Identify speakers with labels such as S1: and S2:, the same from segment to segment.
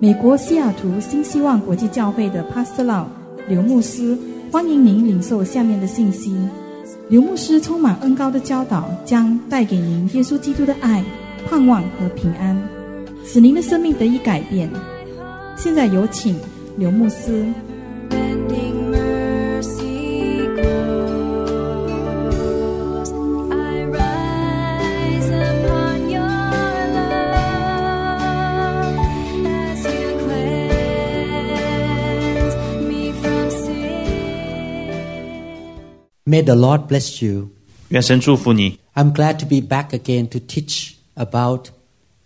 S1: 美国西雅图新希望国际教会的帕斯特老刘牧师，欢迎您领受下面的信息。刘牧师充满恩高的教导，将带给您耶稣基督的爱、盼望和平安，使您的生命得以改变。现在有请刘牧师。
S2: Bending mercy grows. I rise upon your love as you cleanse me from sin.
S3: May the Lord bless you.
S4: 愿神祝福你。
S3: I'm glad to be back again to teach about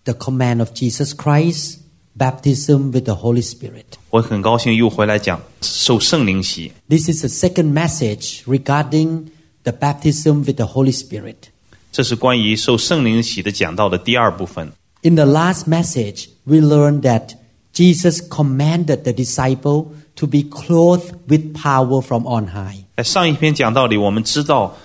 S3: the command of Jesus Christ, baptism with the Holy Spirit.
S4: 我很高兴又回来讲受圣灵洗。
S3: This is the second message regarding the baptism with the Holy Spirit.
S4: 这是关于受圣灵洗的讲道的第二部分。
S3: In the last message, we learned that Jesus commanded the disciple to be clothed with power from on high.
S4: 在上一篇讲道里，我们知道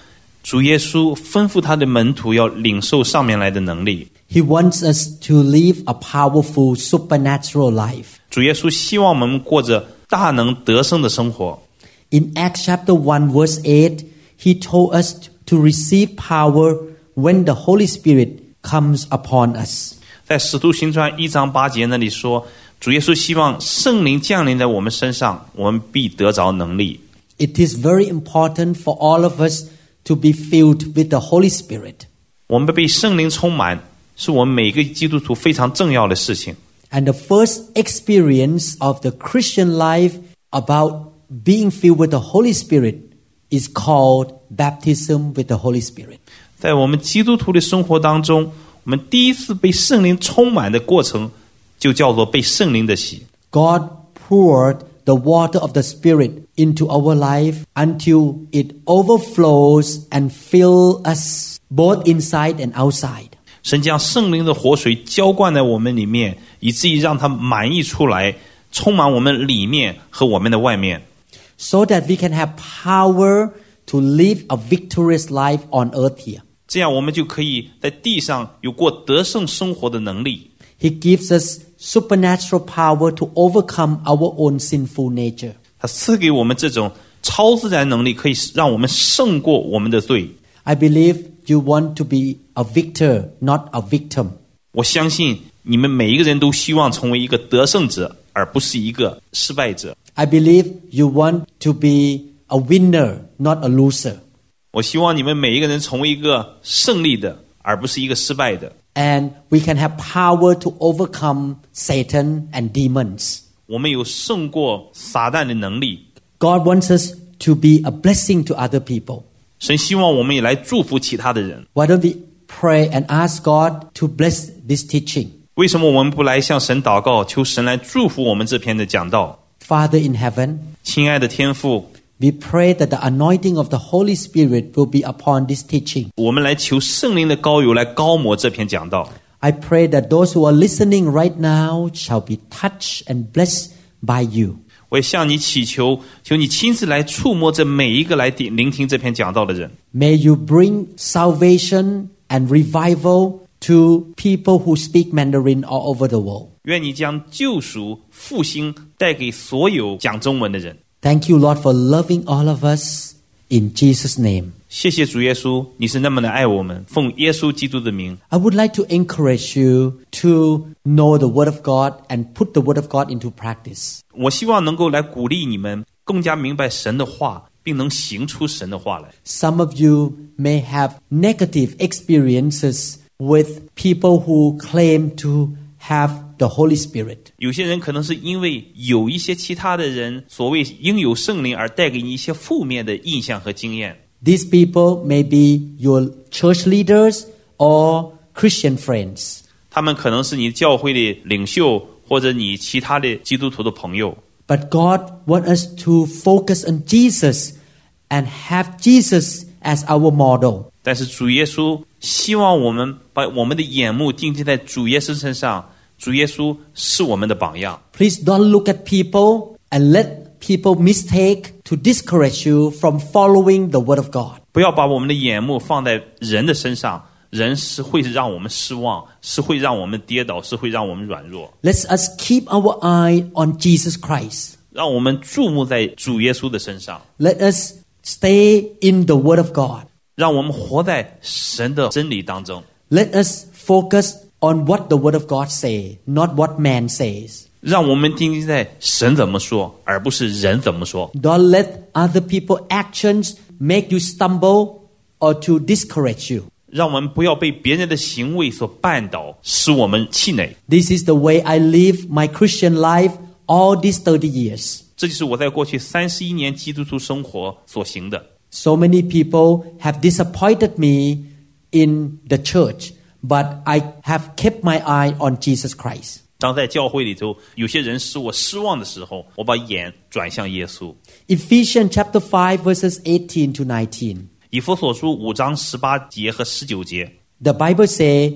S4: 主耶稣吩咐他的门徒要领受上面来的能力。
S3: He wants us to live a powerful supernatural life.
S4: 主耶稣希望我们过着大能得胜的生活。
S3: In Acts chapter 1 verse 8, he told us to receive power when the Holy Spirit comes upon us.
S4: 在使徒行传一章八节那里说，主耶稣希望圣灵降临在我们身上，我们必得着能力。
S3: It is very important for all of us to be filled with the Holy Spirit.
S4: 我们被圣灵充满，是我们每个基督徒非常重要的事情。
S3: And the first experience of the Christian life about being filled with the Holy Spirit is called baptism with the Holy Spirit.
S4: 在我们基督徒的生活当中，我们第一次被圣灵充满的过程，就叫做被圣灵的洗。
S3: God poured the water of the Spirit into our life until it overflows and fills us both inside and outside.
S4: 神将圣灵的活水浇灌在我们里面，以至于让它满溢出来，充满我们里面和我们的外面，
S3: So that we can have power to live a victorious life on earth here.
S4: 这样我们就可以在地上有过得胜生活的能力。
S3: He gives us supernatural power to overcome our own sinful nature.
S4: 他赐给我们这种超自然能力，可以让我们胜过我们的罪。
S3: I believe you want to be a victor, not a victim.
S4: 我相信你们每一个人都希望成为一个得胜者，而不是一个失败者。
S3: I believe you want to be a winner, not a loser.
S4: 我希望你们每一个人成为一个胜利的，而不是一个失败的。
S3: and we can have power to overcome Satan and demons.
S4: 我们有胜过撒旦的能力。
S3: God wants us to be a blessing to other people.
S4: 神希望我们也来祝福其他的人。
S3: Why don't we pray and ask God to bless this teaching?
S4: 为什么我们不来向神祷告，求神来祝福我们这篇的讲道？
S3: Father in heaven,
S4: 亲爱的天父，
S3: we pray that the anointing of the Holy Spirit will be upon this teaching.
S4: 我们来求圣灵的高油来高抹这篇讲道。
S3: I pray that those who are listening right now shall be touched and blessed by you.
S4: 我也向你祈求，求你亲自来触摸这每一个来听聆听这篇讲道的人。
S3: May you bring salvation and revival to people who speak Mandarin all over the world.
S4: 愿你将救赎复兴带给所有讲中文的人。
S3: Thank you, Lord, for loving all of us in Jesus' name.
S4: 谢谢主耶稣，你是那么的爱我们，奉耶稣基督的名，
S3: I would like to encourage you to know the Word of God and put the Word of God into practice.
S4: 我希望能够来鼓励你们更加明白神的话，并能行出神的话来。
S3: Some of you may have negative experiences with people who claim to have the Holy Spirit.
S4: 有些人可能是因为有一些其他的人所谓应有圣灵，而带给你一些负面的印象和经验。
S3: These people may be your church leaders or Christian friends.
S4: 他们可能是你教会的领袖，或者你其他的基督徒的朋友。
S3: But God wants us to focus on Jesus and have Jesus as our model.
S4: 但是主耶稣希望我们把我们的眼目定睛在主耶稣身上，主耶稣是我们的榜样。
S3: Please don't look at people and let people mistake to discourage you from following the word of God.
S4: 不要把我们的眼目放在人的身上，人是会让我们失望，是会让我们跌倒，是会让我们软弱。
S3: Let us keep our eye on Jesus Christ.
S4: 让我们注目在主耶稣的身上，
S3: Let us stay in the Word of God.
S4: 让我们活在神的真理当中，
S3: Let us focus on what the Word of God say, not what man says.
S4: 让我们定睛在神怎么说，而不是人怎么说。
S3: Don't let other people's actions make you stumble or to discourage you.
S4: 让我们不要被别人的行为所绊倒，使我们气馁。
S3: This is the way I live my Christian life all these 30 years.
S4: 这就是我在过去三十一年基督徒生活所行的。
S3: So many people have disappointed me in the church, but I have kept my eye on Jesus Christ.
S4: 当在教会里头有些人使我失望的时候，我把眼转向耶稣。
S3: Ephesians chapter 5 verses 18 to 19.
S4: 以弗所书五章十八节和十九节，
S3: The Bible say,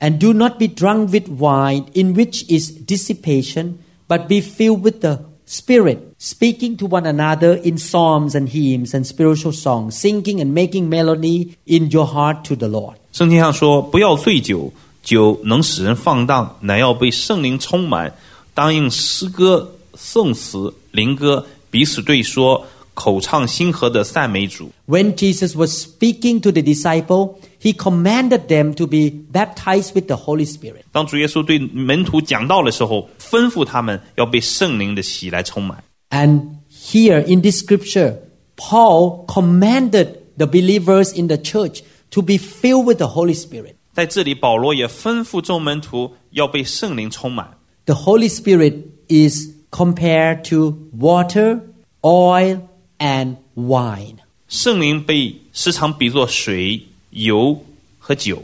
S3: "And do not be drunk with wine, in which is dissipation, but be filled with the Spirit, speaking to one another in psalms and hymns and spiritual songs, singing and making melody in your heart to the Lord."
S4: 圣经上说：“不要醉酒，酒能使人放荡，乃要被圣灵充满。当应诗歌、颂词、灵歌，彼此对说，口唱心和的赞美主。
S3: When Jesus was speaking to the disciple, he commanded them to be baptized with the Holy Spirit. ”
S4: 当主耶稣对门徒讲道的时候，吩咐他们要被圣灵的喜来充满。
S3: And here in this scripture, Paul commanded the believers in the church to be filled with the Holy Spirit.
S4: 在这里，保罗也吩咐众门徒要被圣灵充满。
S3: The Holy Spirit is compared to water, oil, and wine.
S4: 圣灵被时常比作水、油和酒，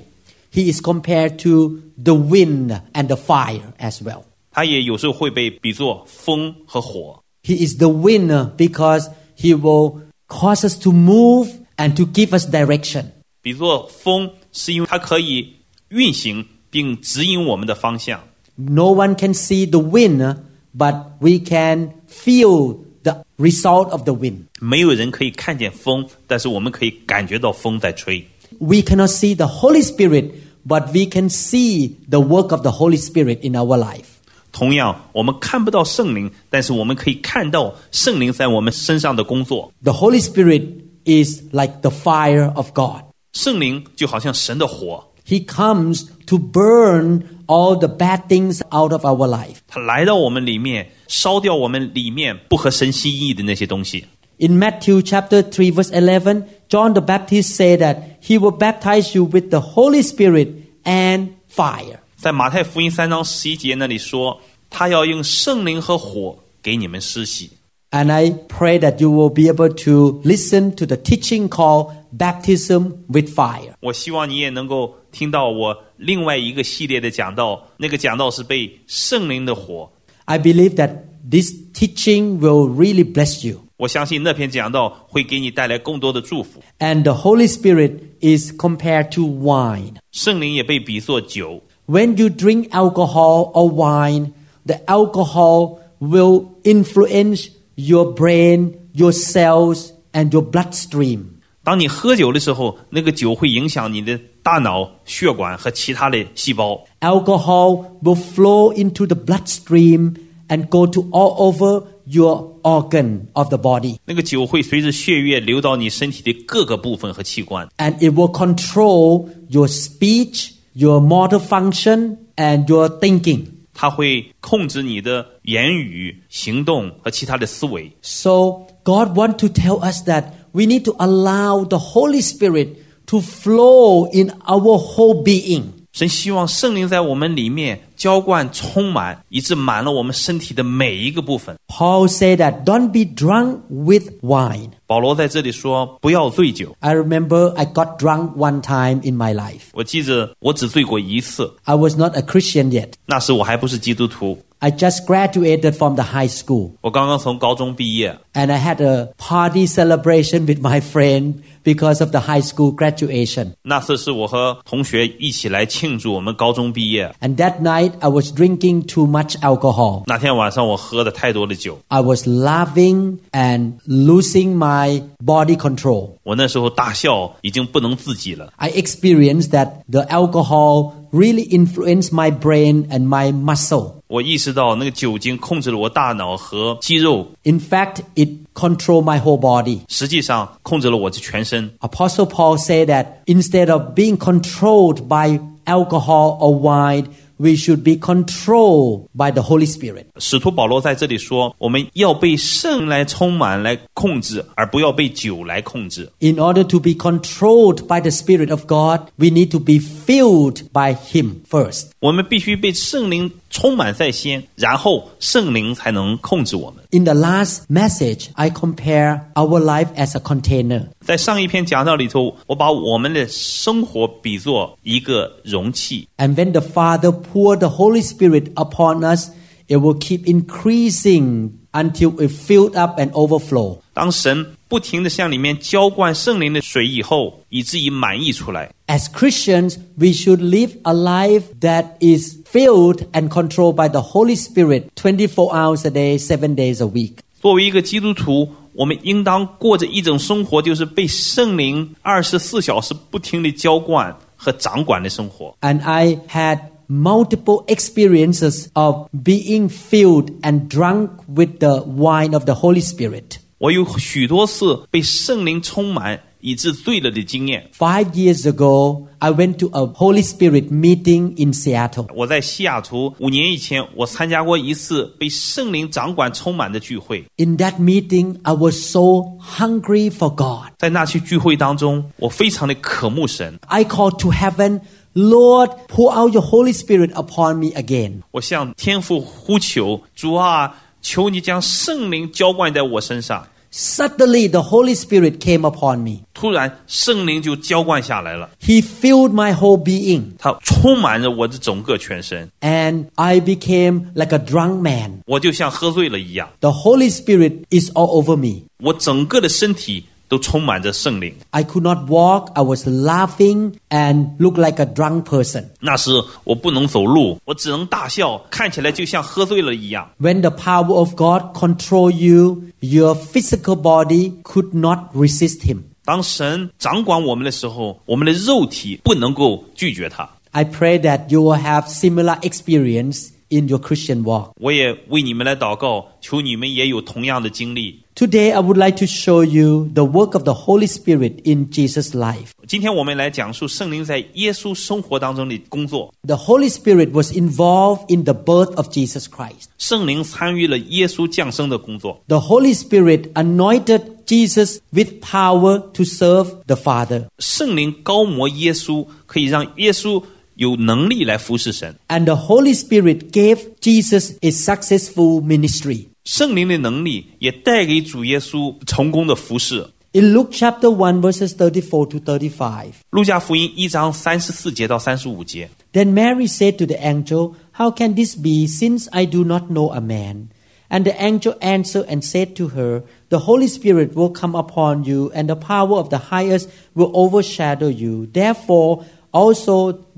S3: He is compared to the wind and the fire as well.
S4: 它也有时候会被比作风和火。
S3: He is the wind because he will cause us to move and to give us direction.
S4: 比作风，是因为它可以运行并指引我们的方向。
S3: No one can see the wind, but we can feel the result of the wind.
S4: 没有人可以看见风，但是我们可以感觉到风在吹。
S3: We cannot see the Holy Spirit, but we can see the work of the Holy Spirit in our life.
S4: 同样，我们看不到圣灵，但是我们可以看到圣灵在我们身上的工作。
S3: The Holy Spirit is like the fire of God.
S4: 圣灵就好像神的火，
S3: He comes to burn all the bad things out of our life.
S4: 它来到我们里面，烧掉我们里面不合神心意的那些东西。
S3: In Matthew chapter 3 verse 11, John the Baptist said that he will baptize you with the Holy Spirit and fire.
S4: 在马太福音三章十一节那里说，他要用圣灵和火给你们施洗。
S3: And I pray that you will be able to listen to the teaching called Baptism with Fire.
S4: 我希望你也能够听到我另外一个系列的讲道，那个讲道是被圣灵的火。
S3: I believe that this teaching will really bless you.
S4: 我相信那篇讲道会给你带来更多的祝福。
S3: And the Holy Spirit is compared to wine.
S4: 圣灵也被比作酒，
S3: When you drink alcohol or wine, the alcohol will influence your brain, your cells, and your bloodstream.
S4: 当你喝酒的时候，那个酒会影响你的大脑、血管和其他的细胞。
S3: Alcohol will flow into the bloodstream and go to all over your organ of the body.
S4: 那个酒会随着血液流到你身体的各个部分和器官，
S3: and it will control your speech, your motor function, and your thinking.
S4: 它会控制你的言语、行动和其他的思维。
S3: So God wants to tell us that we need to allow the Holy Spirit to flow in our whole being.
S4: 神希望圣灵在我们里面浇灌、充满，以致满了我们身体的每一个部分。
S3: Paul said that don't be drunk with wine.
S4: 保罗在这里说：“不要醉酒。
S3: I remember I got drunk one time in my life. ”
S4: 我记着我只醉过一次，
S3: I was not a Christian yet.
S4: 那时我还不是基督徒。
S3: I just graduated from the high school
S4: 我刚刚从高中毕业，
S3: and I had a party celebration with my friend because of the high school graduation.
S4: 那次是我和同学一起来庆祝我们高中毕业。
S3: And that night I was drinking too much alcohol.
S4: 那天晚上我喝的太多的酒，
S3: I was laughing and losing my body control.
S4: 我那时候大笑已经不能自己了。
S3: I experienced that the alcohol really influenced my brain and my muscle.
S4: 我意识到那个酒精控制了我大脑和肌肉，
S3: In fact, it controlled my whole body.
S4: 实际上控制了我的全身。
S3: Apostle Paul said that instead of being controlled by alcohol or wine, we should be controlled by the Holy Spirit.
S4: 使徒保罗在这里说，我们要被圣灵来充满来控制，而不要被酒来控制。
S3: In order to be controlled by the Spirit of God, we need to be filled by Him first.
S4: 我们必须被圣灵充满在先，然后圣灵才能控制我们。
S3: In the last message, I compare our life as a container.
S4: 在上一篇讲道里头，我把我们的生活比作一个容器，
S3: And when the Father poured the Holy Spirit upon us, it will keep increasing until it filled up and overflow.
S4: 当神不停地向里面浇灌圣灵的水以后，以至于满溢出来。
S3: As Christians, we should live a life that is filled and controlled by the Holy Spirit 24 hours a day, 7 days a week.
S4: 作为一个基督徒，我们应当过着一种生活，就是被圣灵二十四小时不停地浇灌和掌管的生活。
S3: And I had multiple experiences of being filled and drunk with the wine of the Holy Spirit.
S4: 我有许多次被圣灵充满以致醉了的经验。
S3: Five years ago, I went to a Holy Spirit meeting in Seattle.
S4: 我在西雅图五年以前，我参加过一次被圣灵掌管充满的聚会。
S3: In that meeting, I was so hungry for God.
S4: 在那次聚会当中，我非常的渴慕神，
S3: I called to heaven, Lord, pour out your Holy Spirit upon me again.
S4: 我向天父呼求：“主啊，求你将圣灵浇灌在我身上。
S3: Suddenly, the Holy Spirit came upon me. ”
S4: 突然，圣灵就浇灌下来了，
S3: He filled my whole being,
S4: 它充满着我的整个全身，
S3: and I became like a drunk man.
S4: 我就像喝醉了一样，
S3: The Holy Spirit is all over me.
S4: 我整个的身体都充满着圣灵。
S3: I could not walk. I was laughing and looked like a drunk person.
S4: 那时我不能走路，我只能大笑，看起来就像喝醉了一样。
S3: When the power of God controlled you, your physical body could not resist Him.
S4: 当神掌管我们的时候，我们的肉体不能够拒绝他。
S3: I pray that you will have similar experience in your Christian walk.
S4: 我也为你们来祷告，求你们也有同样的经历。
S3: Today, I would like to show you the work of the Holy Spirit in Jesus' life.
S4: 今天我们来讲述圣灵在耶稣生活当中的工作。
S3: The Holy Spirit was involved in the birth of Jesus Christ.
S4: 圣灵参与了耶稣降生的工作。
S3: The Holy Spirit anointed Jesus with power to serve the Father.
S4: 圣灵高摩耶稣，可以让耶稣有能力来服侍神。
S3: And the Holy Spirit gave Jesus a successful ministry.
S4: 圣灵的能力也带给主耶稣成功的服侍。
S3: In Luke chapter 1, verses 34 to 35,
S4: 路加福音一章三十四节到三十五节，
S3: Then Mary said to the angel, How can this be, since I do not know a man? And the angel answered and said to her, The Holy Spirit will come upon you, and the power of the highest will overshadow you. Therefore, also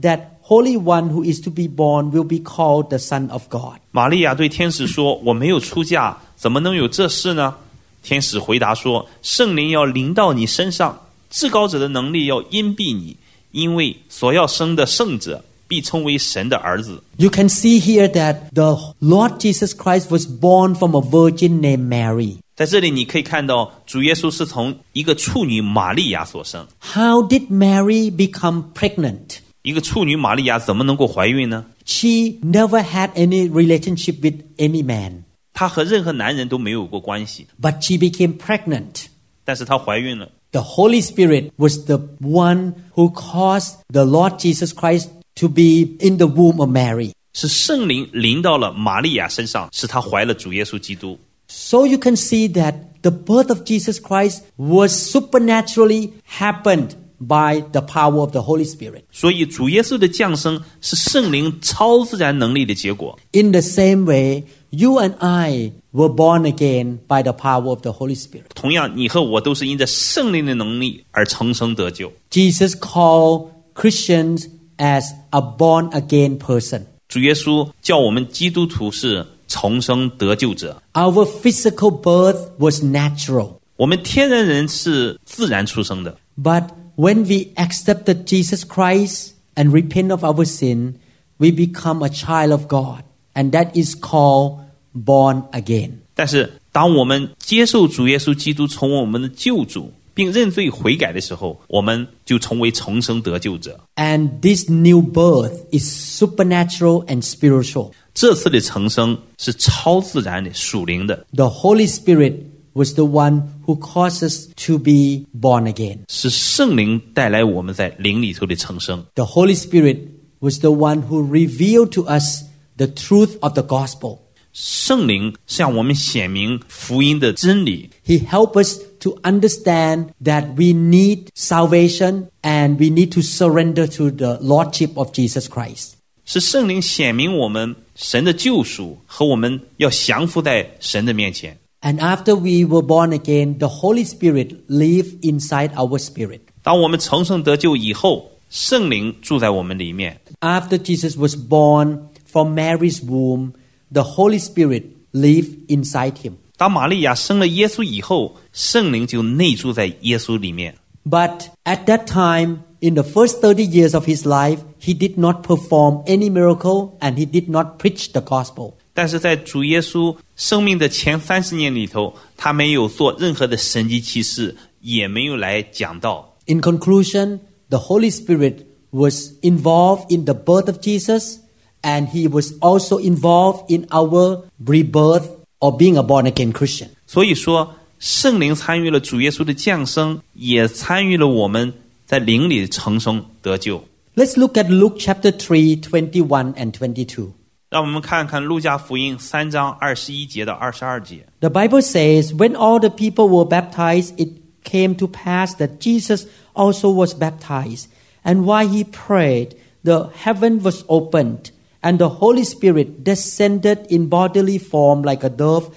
S3: that Holy One who is to be born will be called the Son of God.
S4: 玛利亚对天使说：“我没有出嫁，怎么能有这事呢？”天使回答说：“圣灵要临到你身上，至高者的能力要荫蔽你，因为所要生的圣者必称为神的儿子。
S3: You can see here that the Lord Jesus Christ was born from a virgin named Mary. ”
S4: 在这里，你可以看到主耶稣是从一个处女玛利亚所生。
S3: How did Mary become pregnant?
S4: 一个处女玛利亚怎么能够怀孕呢？
S3: She never had any relationship with any man,
S4: 她和任何男人都没有过关系，
S3: but she became pregnant.
S4: 但是她怀孕了。
S3: The Holy Spirit was the one who caused the Lord Jesus Christ to be in the womb of Mary.
S4: 是圣灵临到了玛利亚身上，使她怀了主耶稣基督。
S3: So you can see that the birth of Jesus Christ was supernaturally happened by the power of the Holy Spirit.
S4: 所以主耶稣的降生是圣灵超自然能力的结果。
S3: In the same way, you and I were born again by the power of the Holy Spirit.
S4: 同样，你和我都是因着圣灵的能力而重生得救。
S3: Jesus called Christians as a born again person.
S4: 主耶稣叫我们基督徒是重生得救者。
S3: Our physical birth was natural,
S4: 我们天然人是自然出生的，
S3: but when we accepted Jesus Christ and repent of our sin, we become a child of God, and that is called born again.
S4: 但是当我们接受主耶稣基督成为我们的救主，并认罪悔改的时候，我们就成为重生得救者。
S3: And this new birth is supernatural and spiritual.
S4: 这次的重生是超自然的、属灵的，
S3: The Holy Spirit was the one who caused us to be born again.
S4: 是圣灵带来我们在灵里头的重生。
S3: The Holy Spirit was the one who revealed to us the truth of the gospel.
S4: 圣灵向我们显明福音的真理，
S3: He helped us to understand that we need salvation and we need to surrender to the Lordship of Jesus Christ.
S4: 是圣灵显明我们神的救赎和我们要降服在神的面前。
S3: And after we were born again, the Holy Spirit lived inside our spirit.
S4: 当我们重生得救以后，圣灵住在我们里面。
S3: After Jesus was born from Mary's womb, the Holy Spirit lived inside him.
S4: 当玛利亚生了耶稣以后，圣灵就内住在耶稣里面。
S3: But at that time, in the first 30 years of his life, he did not perform any miracle and he did not preach the gospel.
S4: 但是在主耶稣生命的前三十年里头，他没有做任何的神迹奇事，也没有来讲道。
S3: In conclusion, the Holy Spirit was involved in the birth of Jesus and he was also involved in our rebirth or being a born again Christian.
S4: 所以说，圣灵参与了主耶稣的降生，也参与了我们在灵里重生得救。
S3: Let's look at Luke chapter 3, 21 and 22.
S4: 让我们看看路加福音三章二十一节到二十二节。
S3: The Bible says, when all the people were baptized, it came to pass that Jesus also was baptized. And while he prayed, the heaven was opened, and the Holy Spirit descended in bodily form like a dove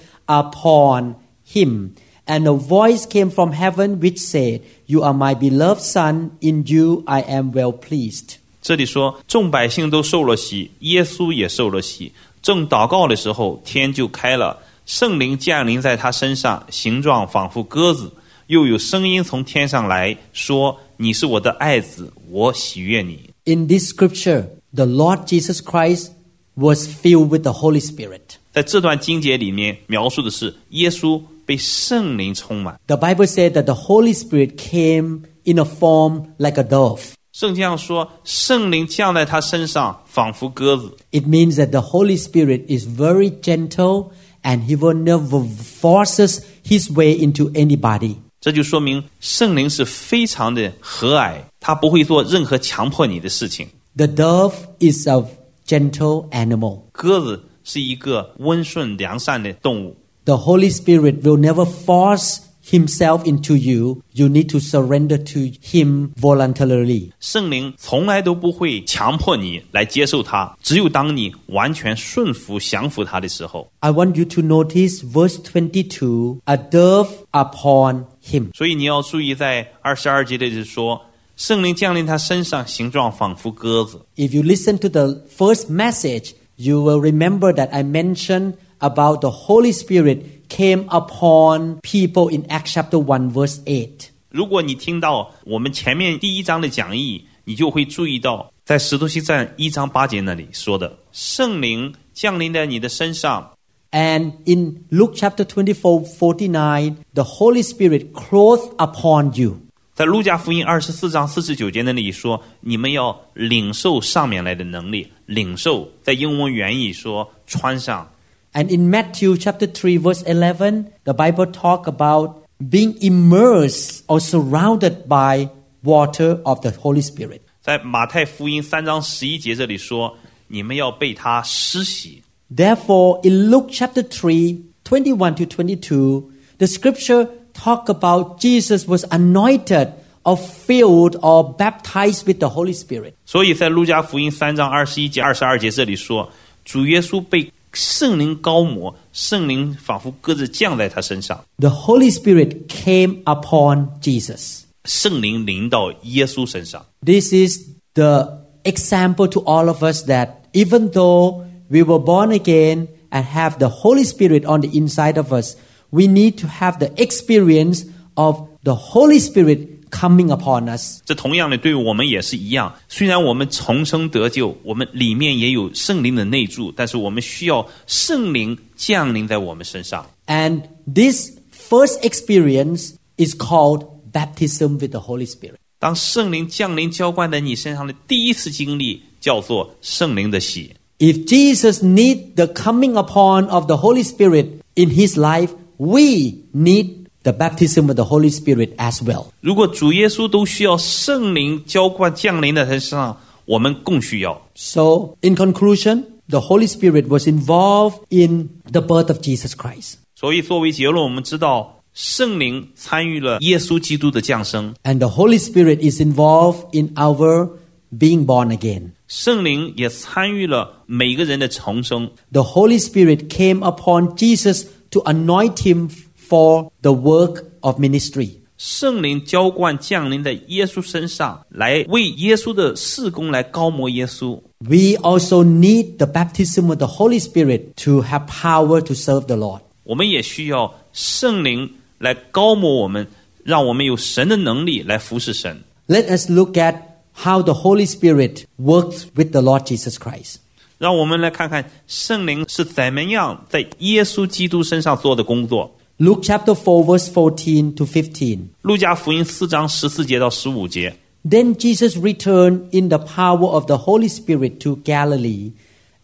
S3: upon him. And a voice came from heaven which said, You are my beloved Son, in you I am well pleased.
S4: 这里说，众百姓都受了洗，耶稣也受了洗。正祷告的时候，天就开了，圣灵降临在他身上，形状仿佛鸽子。又有声音从天上来说：“你是我的爱子，我喜悦你。
S3: In this scripture, the Lord Jesus Christ was filled with the Holy Spirit. ”
S4: 在这段经节里面描述的是耶稣被圣灵充满。
S3: The Bible said that the Holy Spirit came in a form like a dove.
S4: 圣经上说，圣灵降在他身上，仿佛鸽子。
S3: It means that the Holy Spirit is very gentle and he will never forces his way into anybody.
S4: 这就说明圣灵是非常的和蔼，他不会做任何强迫你的事情。
S3: The dove is a gentle animal.
S4: 鸽子是一个温顺良善的动物，
S3: The Holy Spirit will never force himself into you. You need to surrender to him voluntarily.
S4: 圣灵从来都不会强迫你来接受它，只有当你完全顺服、降服它的时候。
S3: I want you to notice verse 22, a dove upon him.
S4: 所以你要注意，在二十二节这里说，圣灵降临他身上，形状仿佛鸽子。
S3: If you listen to the first message, you will remember that I mentioned about the Holy Spirit came upon people in Acts chapter 1 verse 8.
S4: 如果你听到我们前面第一章的讲义，你就会注意到，在使徒行传一章八节那里说的，圣灵降临在你的身上，
S3: And in Luke chapter 24 49, the Holy Spirit clothed upon you.
S4: 在路加福音二十四章四十九节那里说，你们要领受上面来的能力，领受在英文原译说穿上。
S3: And in Matthew chapter 3 verse 11, the Bible talk about being immersed or surrounded by water of the Holy Spirit.
S4: 在马太福音三章十一节这里说，你们要被他施洗。
S3: Therefore, in Luke chapter 3, 21 to 22, the scripture talk about Jesus was anointed or filled or baptized with the Holy Spirit.
S4: 所以在路加福音三章二十一节、二十二节这里说，主耶稣被圣灵高摩，圣灵仿佛鸽子降在他身上，
S3: The Holy Spirit came upon Jesus.
S4: 圣灵临到耶稣身上。
S3: This is the example to all of us that even though we were born again and have the Holy Spirit on the inside of us, we need to have the experience of the Holy Spirit coming upon us.
S4: 这同样的，对我们也是一样。虽然我们重生得救，我们里面也有圣灵的内住，但是我们需要圣灵降临在我们身上。
S3: And this first experience is called baptism with the Holy Spirit.
S4: 当圣灵降临浇灌在你身上的第一次经历，叫做圣灵的喜。
S3: If Jesus need the coming upon of the Holy Spirit in his life, we need the baptism of the Holy Spirit as well.
S4: 如果主耶稣都需要圣灵浇灌降临在他身上，我们更需要。
S3: So, in conclusion, the Holy Spirit was involved in the birth of Jesus Christ.
S4: 所以，作为结论，我们知道圣灵参与了耶稣基督的降生，
S3: And the Holy Spirit is involved in our being born again.
S4: 圣灵也参与了每个人的重生。
S3: The Holy Spirit came upon Jesus to anoint him for the work of ministry.
S4: 圣灵浇灌降临在耶稣身上，来为耶稣的事工来高摩耶稣。
S3: We also need the baptism of the Holy Spirit to have power to serve the Lord.
S4: 我们也需要圣灵来高摩我们，让我们有神的能力来服侍神。
S3: Let us look at how the Holy Spirit worked with the Lord Jesus Christ.
S4: 让我们来看看圣灵是怎么样在耶稣基督身上做的工作。
S3: Luke chapter 4, verse 14 to 15.
S4: 路加福音四章十四节到十五节，
S3: Then Jesus returned in the power of the Holy Spirit to Galilee,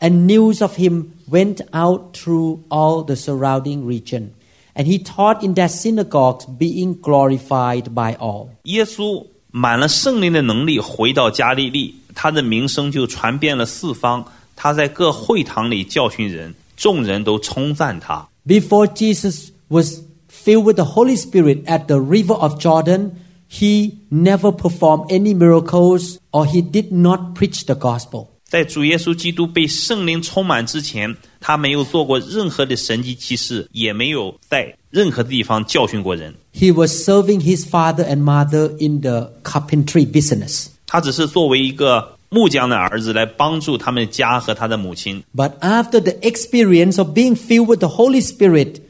S3: and news of him went out through all the surrounding region. And he taught in their synagogues, being glorified by all.
S4: 耶稣满了圣灵的能力回到加利利，他的名声就传遍了四方。他在各会堂里教训人，众人都称赞他。
S3: Before Jesus was filled with the Holy Spirit at the river of Jordan, he never performed any miracles or he did not preach the gospel.
S4: 在主耶稣基督被圣灵充满之前，他没有做过任何的神迹奇事，也没有在任何地方教训过人。
S3: He was serving his father and mother in the carpentry business.
S4: 他只是作为一个木匠的儿子来帮助他们家和他的母亲。
S3: But after the experience of being filled with the Holy Spirit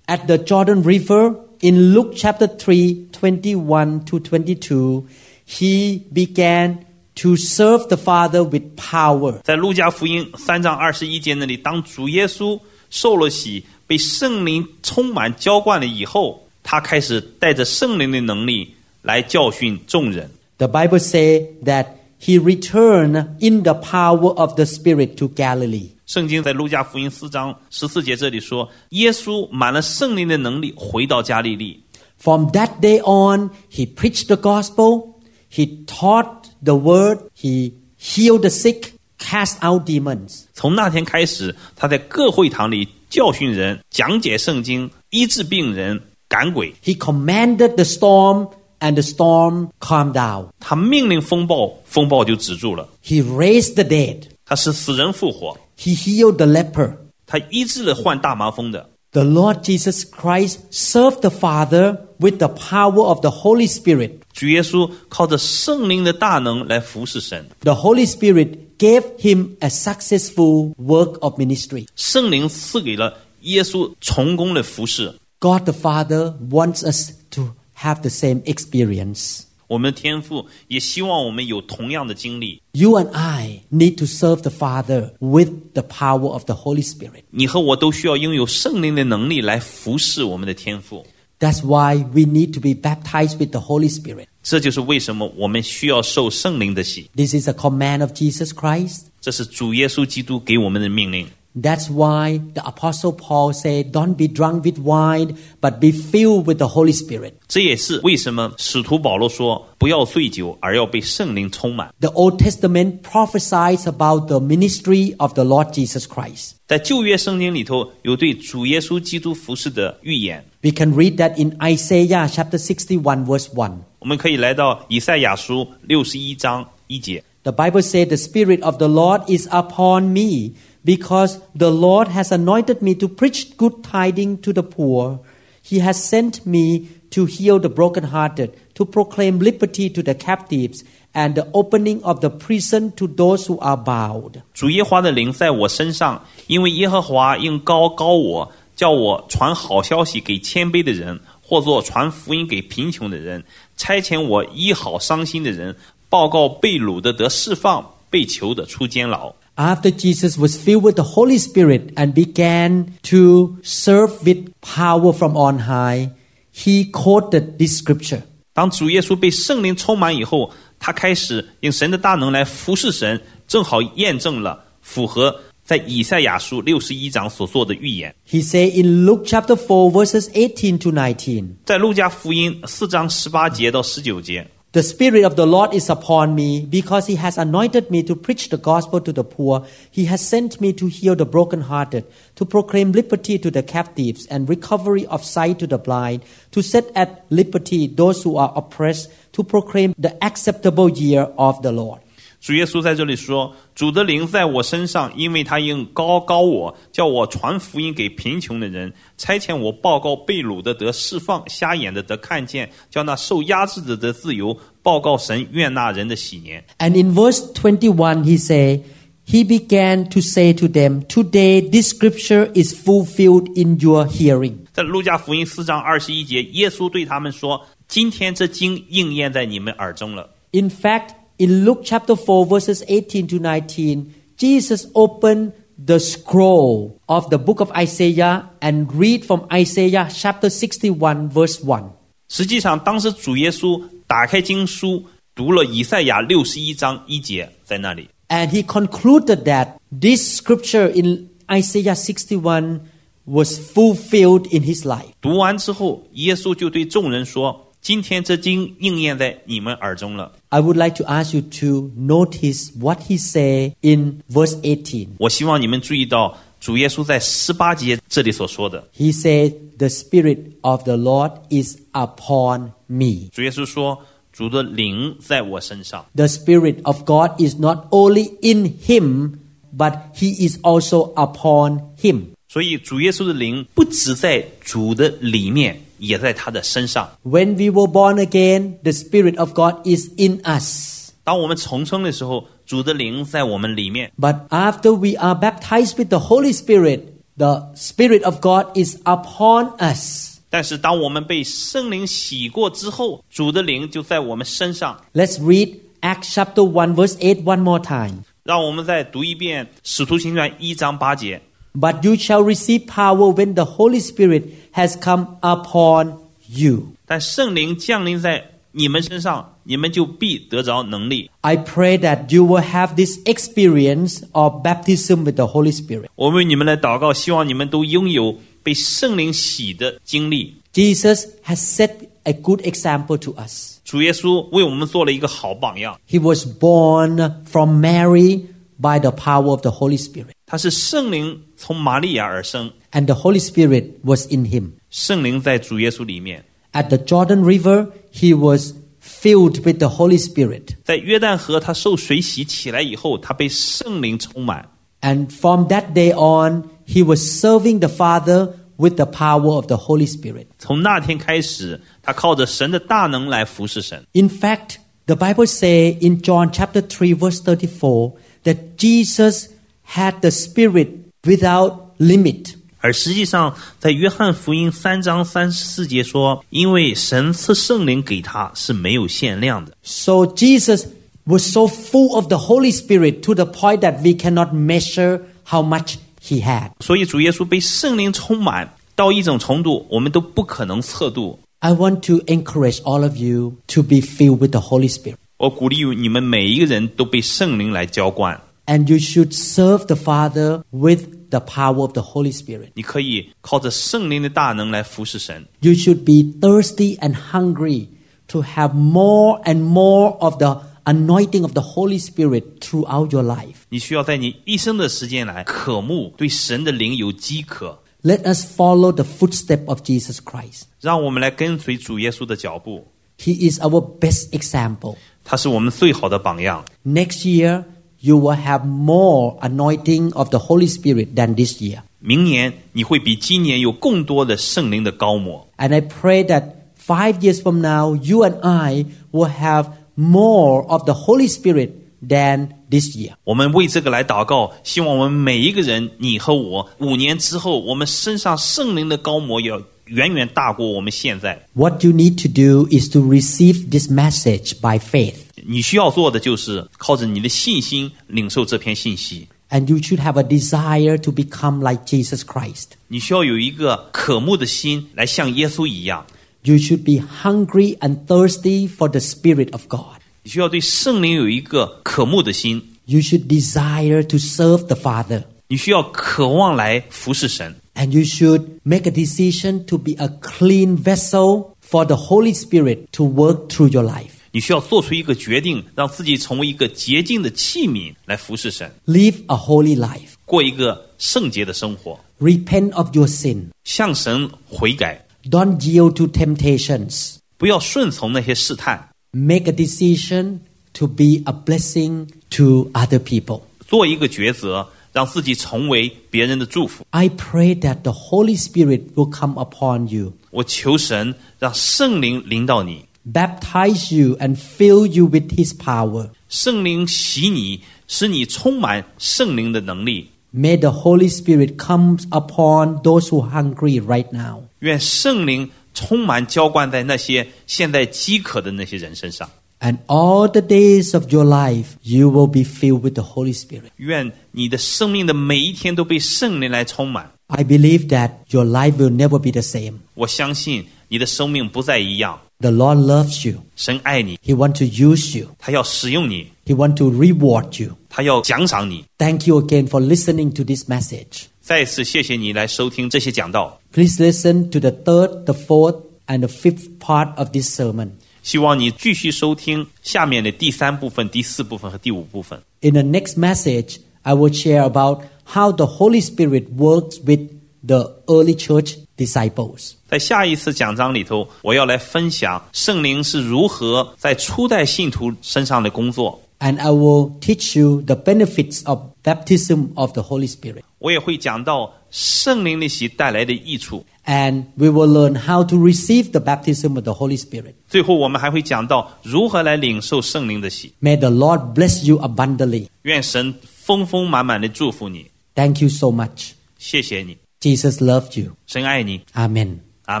S3: at the Jordan River in Luke chapter 3, 21 to 22, he began to serve the Father with power.
S4: 在路加福音三章二十一节那里，当主耶稣受了洗，被圣灵充满浇灌了以后，他开始带着圣灵的能力来教训众人。
S3: The Bible says that he returned in the power of the Spirit to Galilee.
S4: 圣经在路加福音四章十四节这里说，耶稣满了圣灵的能力回到加利利。
S3: From that day on, he preached the gospel, he taught the word, he healed the sick, cast out demons.
S4: 从那天开始，他在各会堂里教训人、讲解圣经、医治病人、赶鬼。
S3: He commanded the storm, and the storm calmed down.
S4: 他命令风暴，风暴就止住了。
S3: He raised the dead.
S4: 他使死人复活，
S3: He healed the leper.
S4: 他医治了患大麻风的。
S3: The Lord Jesus Christ served the Father with the power of the Holy Spirit.
S4: 主耶稣靠着圣灵的大能来服侍神，
S3: The Holy Spirit gave him a successful work of ministry.
S4: 圣灵赐给了耶稣成功的服侍。
S3: God the Father wants us to have the same experience.
S4: 我们的天父也希望我们有同样的经历。
S3: You and I need to serve the Father with the power of the Holy Spirit.
S4: 你和我都需要拥有圣灵的能力来服侍我们的天父。
S3: That's why we need to be baptized with the Holy Spirit.
S4: 这就是为什么我们需要受圣灵的洗。
S3: This is a command of Jesus Christ.
S4: 这是主耶稣基督给我们的命令。
S3: That's why the Apostle Paul said, Don't be drunk with wine, but be filled with the Holy Spirit.
S4: 这也是为什么使徒保罗说：“不要醉酒，而要被圣灵充满。
S3: The Old Testament prophesies about the ministry of the Lord Jesus Christ. ”
S4: 在旧约圣经里头有对主耶稣基督服侍的预言，
S3: We can read that in Isaiah chapter 61, verse 1.
S4: 我们可以来到以赛亚书六十一章一节。
S3: The Bible says, The Spirit of the Lord is upon me, because the Lord has anointed me to preach good tidings to the poor. He has sent me to heal the brokenhearted, to proclaim liberty to the captives, and the opening of the prison to those who are bound.
S4: 主耶和华的灵在我身上，因为耶和华应高高我，叫我传好消息给谦卑的人，或做传福音给贫穷的人，差遣我医好伤心的人，报告被掳的得释放，被囚的出监牢。
S3: After Jesus was filled with the Holy Spirit and began to serve with power from on high, he quoted this scripture.
S4: 当主耶稣被圣灵充满以后，他开始用神的大能来服侍神，正好验证了符合在以赛亚书六十一章所做的预言。
S3: He say in Luke chapter 4 verses 18 to 19,
S4: 在路加福音四章十八节到十九节，
S3: The Spirit of the Lord is upon me because he has anointed me to preach the gospel to the poor. He has sent me to heal the brokenhearted, to proclaim liberty to the captives and recovery of sight to the blind, to set at liberty those who are oppressed, to proclaim the acceptable year of the Lord.
S4: 主耶稣在这里说：“主的灵在我身上，因为他应高高我，叫我传福音给贫穷的人，差遣我报告被掳的得释放，瞎眼的得看见，叫那受压制的得自由，报告神悦纳人的喜年。”
S3: And in verse 21, he say, he began to say to them, today this scripture is fulfilled in your hearing.
S4: 在路加福音四章二十一节，耶稣对他们说：“今天这经应验在你们耳中了。
S3: In fact, in Luke chapter 4, verses 18 to 19, Jesus opened the scroll of the book of Isaiah and read from Isaiah chapter 61, verse 1. ”
S4: 实际上，当时主耶稣打开经书，读了以赛亚六十一章一节，在那里，
S3: And he concluded that this scripture in Isaiah 61 was fulfilled in his life.
S4: 读完之后，耶稣就对众人说：“今天这经应验在你们耳中了。
S3: I would like to ask you to notice what he said in verse 18. ”
S4: 我希望你们注意到，主耶稣在十八节这里所说的，
S3: He said, The Spirit of the Lord is upon me.
S4: 主耶稣说：“主的灵在我身上。”
S3: The Spirit of God is not only in him, but he is also upon him.
S4: 所以，主耶稣的灵不只在主的里面，也在他的身上。
S3: When we were born again, the Spirit of God is in us.
S4: 当我们重生的时候，主的灵在我们里面。
S3: But after we are baptized with the Holy Spirit, the Spirit of God is upon us.
S4: 但是，当我们被圣灵洗过之后，主的灵就在我们身上。
S3: Let's read Acts chapter 1 verse 8 one more time.
S4: 让我们再读一遍《使徒行传》一章八节：
S3: But you shall receive power when the Holy Spirit has come upon you.
S4: 但圣灵降临在你们身上，你们就必得着能力。
S3: I pray that you will have this experience of baptism with the Holy Spirit.
S4: 我为你们来祷告，希望你们都拥有被圣灵洗的经历。
S3: Jesus has set a good example to us.
S4: 主耶稣为我们做了一个好榜样，
S3: He was born from Mary by the power of the Holy Spirit,
S4: 他是圣灵从玛利亚而生，
S3: and the Holy Spirit was in him.
S4: 圣灵在主耶稣里面。
S3: At the Jordan River, he was filled with the Holy Spirit.
S4: 在约旦河，他受水洗起来以后，他被圣灵充满。
S3: And from that day on, he was serving the Father with the power of the Holy Spirit.
S4: 从那天开始，他靠着神的大能来服侍神。
S3: In fact, the Bible says in John chapter 3 verse 34 that Jesus had the spirit without limit.
S4: 而实际上，在约翰福音三章三十四节说：“因为神赐圣灵给他是没有限量的。
S3: So Jesus was so full of the Holy Spirit to the point that we cannot measure how much he had. ”
S4: 所以主耶稣被圣灵充满到一种程度，我们都不可能测度。
S3: I want to encourage all of you to be filled with the Holy Spirit
S4: 我鼓励你们每一个人都被圣灵来浇灌。
S3: and you should serve the Father with the power of the Holy Spirit.
S4: 你可以靠着圣灵的大能来服侍神，
S3: You should be thirsty and hungry to have more and more of the anointing of the Holy Spirit throughout your life.
S4: 你需要在你一生的时间来渴慕对神的灵有饥渴。
S3: Let us follow the footstep of Jesus Christ.
S4: 让我们来跟随主耶稣的脚步。
S3: He is our best example.
S4: 他是我们最好的榜样。
S3: Next year, you will have more anointing of the Holy Spirit than this year.
S4: 明年你会比今年有更多的圣灵的高摩。
S3: And I pray that five years from now, you and I will have more of the Holy Spirit than this year.
S4: 我们为这个来祷告，希望我们每一个人，你和我，五年之后，我们身上圣灵的高摩要远远大过我们现在。
S3: What you need to do is to receive this message by faith.
S4: 你需要做的就是靠着你的信心领受这篇信息。
S3: And you should have a desire to become like Jesus Christ.
S4: 你需要有一个渴慕的心来像耶稣一样，
S3: You should be hungry and thirsty for the Spirit of God.
S4: 你需要对圣灵有一个渴慕的心，
S3: You should desire to serve the Father.
S4: 你需要渴望来服侍神，
S3: And you should make a decision to be a clean vessel for the Holy Spirit to work through your life.
S4: 你需要做出一个决定，让自己成为一个洁净的器皿来服侍神，
S3: Live a holy life.
S4: 过一个圣洁的生活，
S3: Repent of your sin.
S4: 向神悔改，
S3: Don't yield to temptations.
S4: 不要顺从那些试探，
S3: Make a decision to be a blessing to other people.
S4: 做一个抉择，让自己成为别人的祝福。
S3: I pray that the Holy Spirit will come upon you,
S4: 我求神让圣灵临到你，
S3: baptize you, and fill you with His power.
S4: 圣灵洗你，使你充满圣灵的能力。
S3: May the Holy Spirit come upon those who are hungry right now.
S4: 愿圣灵充满浇灌在那些现在饥渴的那些人身上。
S3: And all the days of your life, you will be filled with the Holy Spirit.
S4: 愿你的生命的每一天都被圣灵来充满。
S3: I believe that your life will never be the same.
S4: 我相信你的生命不再一样。
S3: The Lord loves you.
S4: 神爱你，
S3: He wants to use you.
S4: 他要使用你，
S3: He wants to reward you.
S4: 他要奖赏你。
S3: Thank you again for listening to this message.
S4: 再次谢谢你来收听这些讲道，
S3: Please listen to the third, the fourth, and the fifth part of this sermon.
S4: 希望你继续收听下面的第三部分、第四部分和第五部分。
S3: In the next message, I will share about how the Holy Spirit works with the early church disciples.
S4: 在下一次讲章里头，我要来分享圣灵是如何在初代信徒身上的工作。
S3: And I will teach you the benefits of baptism of the Holy Spirit.
S4: 我也会讲到圣灵的洗带来的益处。
S3: And we will learn how to receive the baptism of the Holy Spirit.
S4: 最后，我们还会讲到如何来领受圣灵的洗。
S3: May the Lord bless you abundantly.
S4: 愿神丰丰满满的祝福你，
S3: Thank you so much.
S4: 谢谢你，
S3: Jesus loved you.
S4: 神爱你，
S3: Amen.
S4: 阿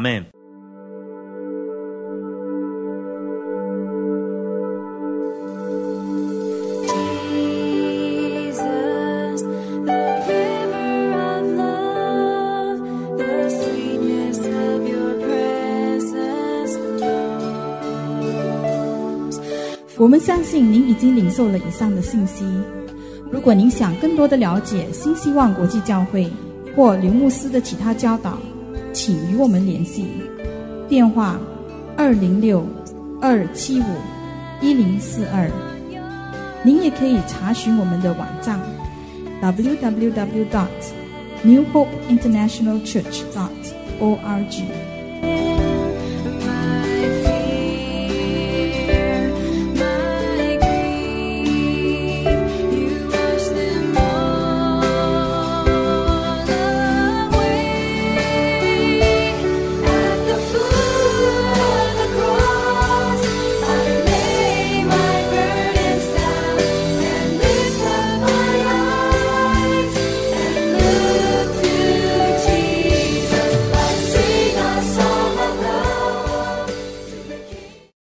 S4: 门。
S2: Jesus, the river of love, the sweetness of your presence flows.
S1: 我们相信您已经领受了以上的信息。如果您想更多的了解新希望国际教会或刘牧师的其他教导，请与我们联系，电话二零六二七五一零四二。您也可以查询我们的网站 www.newhopeinternationalchurch.org。
S2: Thank